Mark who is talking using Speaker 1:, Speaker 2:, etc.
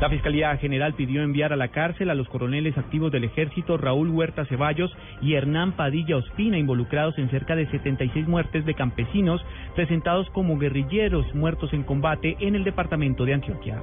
Speaker 1: La Fiscalía General pidió enviar a la cárcel a los coroneles activos del ejército Raúl Huerta Ceballos y Hernán Padilla Ospina, involucrados en cerca de 76 muertes de campesinos presentados como guerrilleros muertos en combate en el departamento de Antioquia.